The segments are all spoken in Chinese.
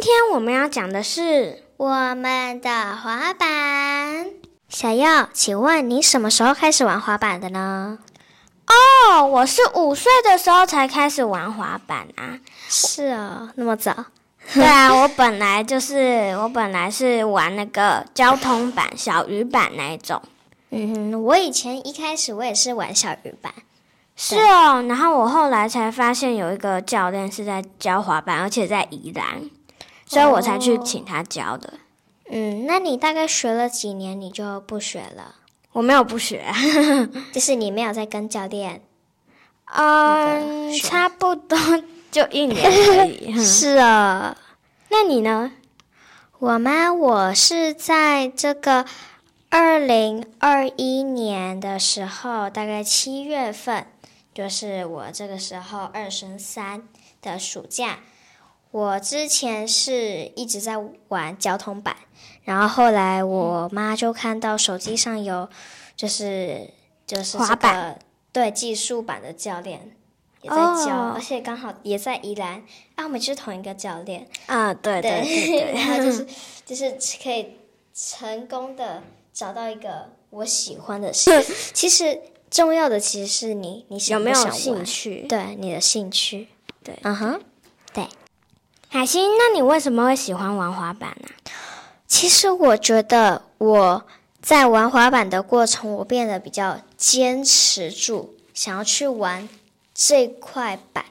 天我们要讲的是我们的滑板。小耀，请问你什么时候开始玩滑板的呢？哦，我是五岁的时候才开始玩滑板啊。是哦，那么早。对啊，我本来就是 我本来是玩那个交通板、小鱼板那一种。嗯哼，我以前一开始我也是玩小鱼板。是哦，然后我后来才发现有一个教练是在教滑板，而且在宜兰，所以我才去请他教的。嗯，那你大概学了几年，你就不学了？我没有不学，就是你没有在跟教练。 嗯，学差不多就一年而 已。嗯哼是哦，那你呢？我吗？我是在这个二零二一年的时候，大概七月份，就是我这个时候二升三的暑假。我之前是一直在玩交通版，然后后来我妈就看到手机上有，就是就是这滑板个对技术版的教练也在教，哦而且刚好也在宜兰，啊，我们就是同一个教练。啊，对对对对， 然后对， 就是就是可以成功的找到一个我喜欢的 事。其实重要的其实是你你喜有不没有想兴玩？趣？对你的兴趣，对嗯哼。海星，那你为什么会喜欢玩滑板啊呢、其实我觉得我在玩滑板的过程，我变得比较坚持住，想要去玩这块板，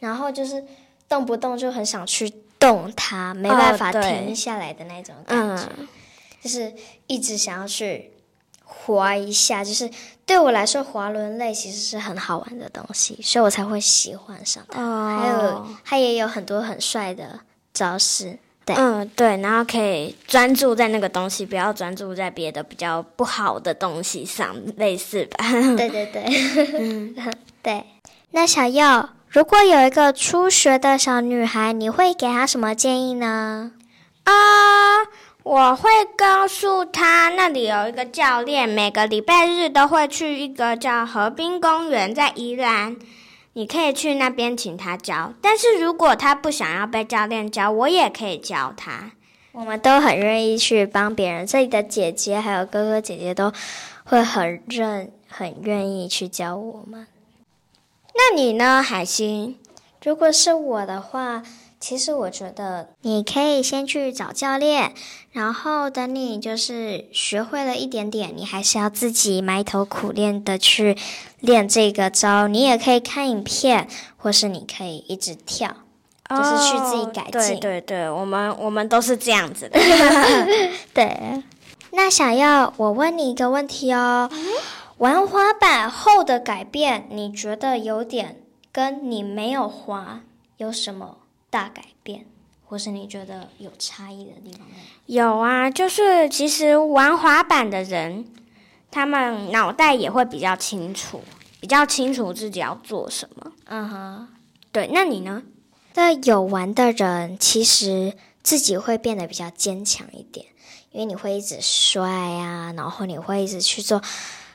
然后就是动不动就很想去动它，没办法哦对停下来的那种感觉。嗯，就是一直想要去滑一下，就是对我来说，滑轮类其实是很好玩的东西，所以我才会喜欢上它。哦，还有，它也有很多很帅的招式。对嗯，对，然后可以专注在那个东西，不要专注在别的比较不好的东西上，类似吧？对对对， 对。那小佑，如果有一个初学的小女孩，你会给她什么建议呢？啊、我会告诉他那里有一个教练，每个礼拜日都会去一个叫河滨公园，在宜兰。你可以去那边请他教，但是如果他不想要被教练教，我也可以教他。我们都很愿意去帮别人，这里的姐姐还有哥哥姐姐都会很认、很愿意去教我们。那你呢，海星？如果是我的话，其实我觉得你可以先去找教练，然后等你就是学会了一点点，你还是要自己埋头苦练的去练这个招。你也可以看影片，或是你可以一直跳。就是去自己改进哦对对对，我们我们都是这样子的。对，那想要我问你一个问题哦，玩滑板后的改变，你觉得有点跟你没有滑有什么大改变，或是你觉得有差异的地方吗？ 有啊，就是其实玩滑板的人，他们脑袋也会比较清楚，比较清楚自己要做什么。嗯哼，对，那你呢？那有玩的人其实自己会变得比较坚强一点，因为你会一直摔啊，然后你会一直去做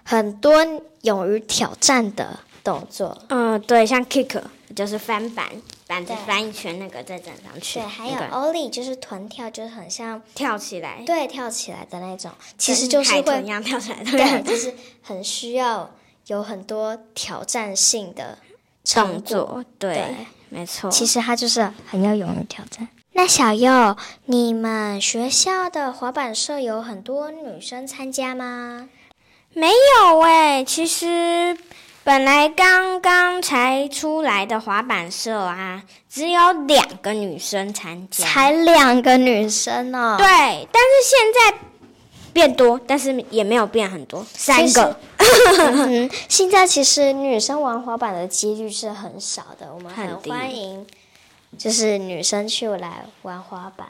很多勇于挑战的动作。嗯，对，像 kick 就是翻板，板子对翻一圈那个再站上去，对，还有哦 Ollie 就是臀跳，就是很像跳起来，对，跳起来的那种，其跟实就是海豚一会，样跳起来， 对，就是很需要有很多挑战性的成动果。作，对，对没错。其实他就是很要勇于挑战。那小佑，你们学校的滑板社有很多女生参加吗？没有哎、其实本来刚刚才出来的滑板社啊，只有两个女生参加，才两个女生 哦。对，但是现在变多，但是也没有变很多，三个，嗯，现在其实女生玩滑板的几率是很少的，我们很很低欢迎，就是女生去来玩滑板，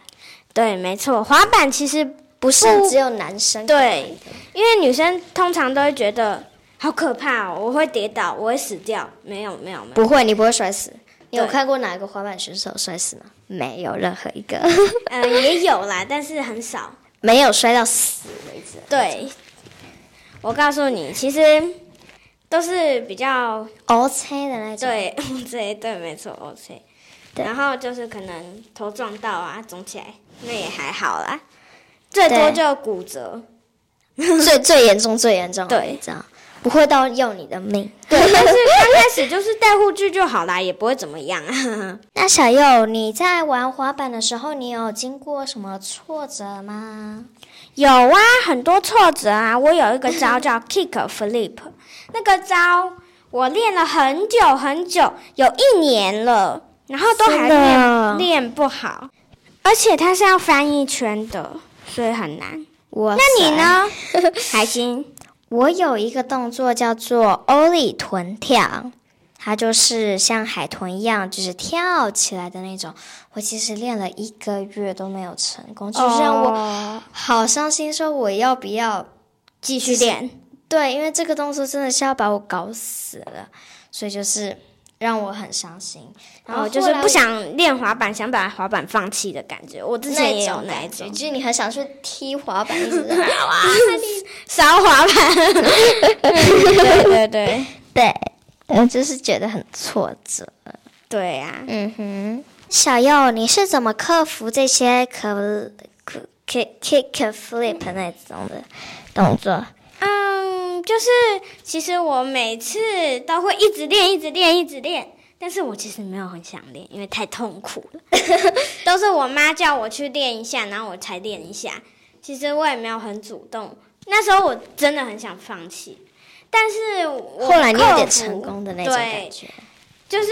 对，没错，滑板其实不不是是只有男生可以对玩的因为女生通常都会觉得好可怕哦，我会跌倒，我会死掉。没有 没有没有，不会，你不会摔死。你有对看过哪一个滑板选手摔死吗？没有任何一个，呃，也有啦，但是很少。 没有摔到死为止。对，我告诉你，其实都是比较，OK 的那种。对对对，没错，OK。对然后就是可能头撞到啊，肿起来，那也还好啦，最多对就骨折。 最最严重最严重，对这样不会到要你的命。对，但是刚开始就是带护具就好啦，也不会怎么样啊。 那小佑，你在玩滑板的时候，你有经过什么挫折吗？有啊，很多挫折啊。我有一个招叫 kick flip，那个招我练了很久很久，有一年了，然后都真还的练练不好，而且它是要翻一圈的，所以很难。我那你？呢？还行，我有一个动作叫做欧里臀跳，它就是像海豚一样，就是跳起来的那种。我其实练了一个月都没有成功，就是让哦我我好伤心，说我要不要继续练。哦对，因为这个动作真的是要把我搞死了，所以就是让我很伤心。然然后后就后是来不想练滑板，想把滑板放弃的感觉。我之前也有那一感觉，种就是你很想去踢滑板，一直在哇， 烧滑板。对对对啊对，我就是觉得很挫折。对啊呀、嗯哼，小佑，你是怎么克服这些可可 kick kick flip 那种的动作？嗯，就是其实我每次都会一直练，一直练，一直练。但是我其实没有很想练，因为太痛苦了， 都是我妈叫我去练一下，然后我才练一下。其实我也没有很主动，那时候我真的很想放弃，但是我后来你有点克服成功的那种对感觉，就是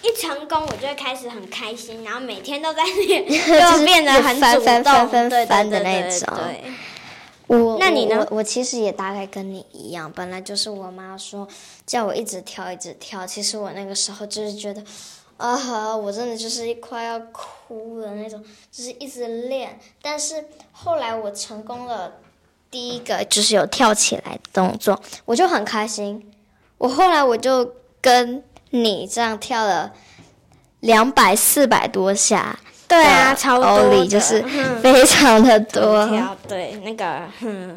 一成功，我就会开始很开心，然后每天都在 练，是就变得很主动，翻翻翻翻对对翻的对那对种对我那你呢我我我其实也大概跟你一样，本来就是我妈说叫我一直跳一直跳，其实我那个时候就是觉得，啊、哈，我真的就是快要哭的那种，就是一直练。但是后来我成功了，第一个就是有跳起来的动作，我就很开心。我后来我就跟你这样跳了两百四百多下，对啊，的超多欧的里就是嗯非常的多。跳对那个嗯。呃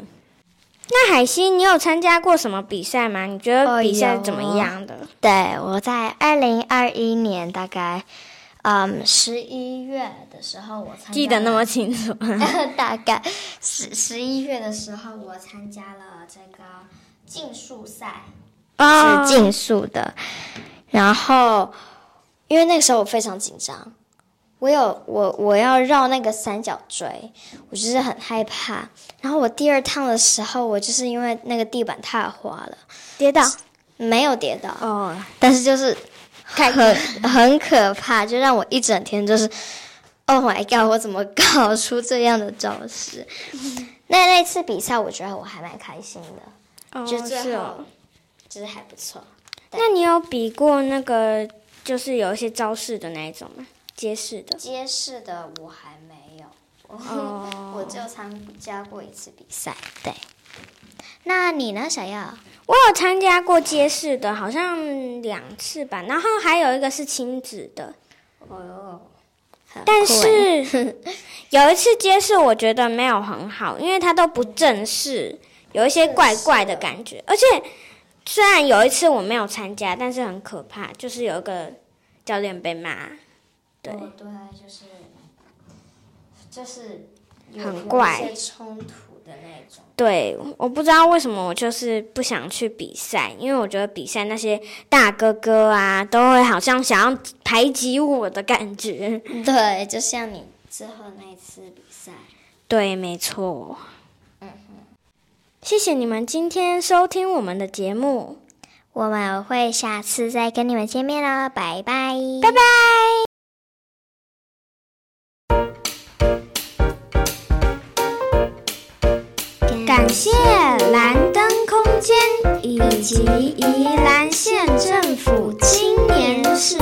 那海西，你有参加过什么比赛吗？你觉得哦比赛有怎么样的？对，我在二零二一年大概，嗯，十一月的时候我参加了记 得那么清楚？ 大概十十一月的时候我参加了这个竞速赛，哦是竞速的，然后因为那个时候我非常紧张。我有我我要绕那个三角锥，我就是很害怕。然后我第二趟的时候，我就是因为那个地板太滑了，跌倒没有跌倒，哦，但是就是太很很可怕，就让我一整天就是，Oh my god！我怎么搞出这样的招式？嗯那那次比赛，我觉得我还蛮开心的，哦就最是后、哦。就是还不错。那你有比过那个就是有一些招式的那一种吗？街式的街市的我还没有， 哦 我就参加过一次比赛。对，那你呢，小耀？我有参加过街市的，好像两次吧，然后还有一个是亲子的，哦，但是有一次街市我觉得没有很好，因为它都不正式，有一些怪怪的感觉，而且虽然有一次我没有参加，但是很可怕，就是有一个教练被骂，对哦对，就是就是有很有一怪些冲突的那种。对，我不知道为什么我就是不想去比赛，因为我觉得比赛那些大哥哥啊，都会好像想要排挤我的感觉。嗯对，就像你之后那一次比赛，对，没错。谢谢你们今天收听我们的节目，我们会下次再跟你们见面喽，拜拜，拜拜。感谢蓝灯空间以及宜兰县政府青年事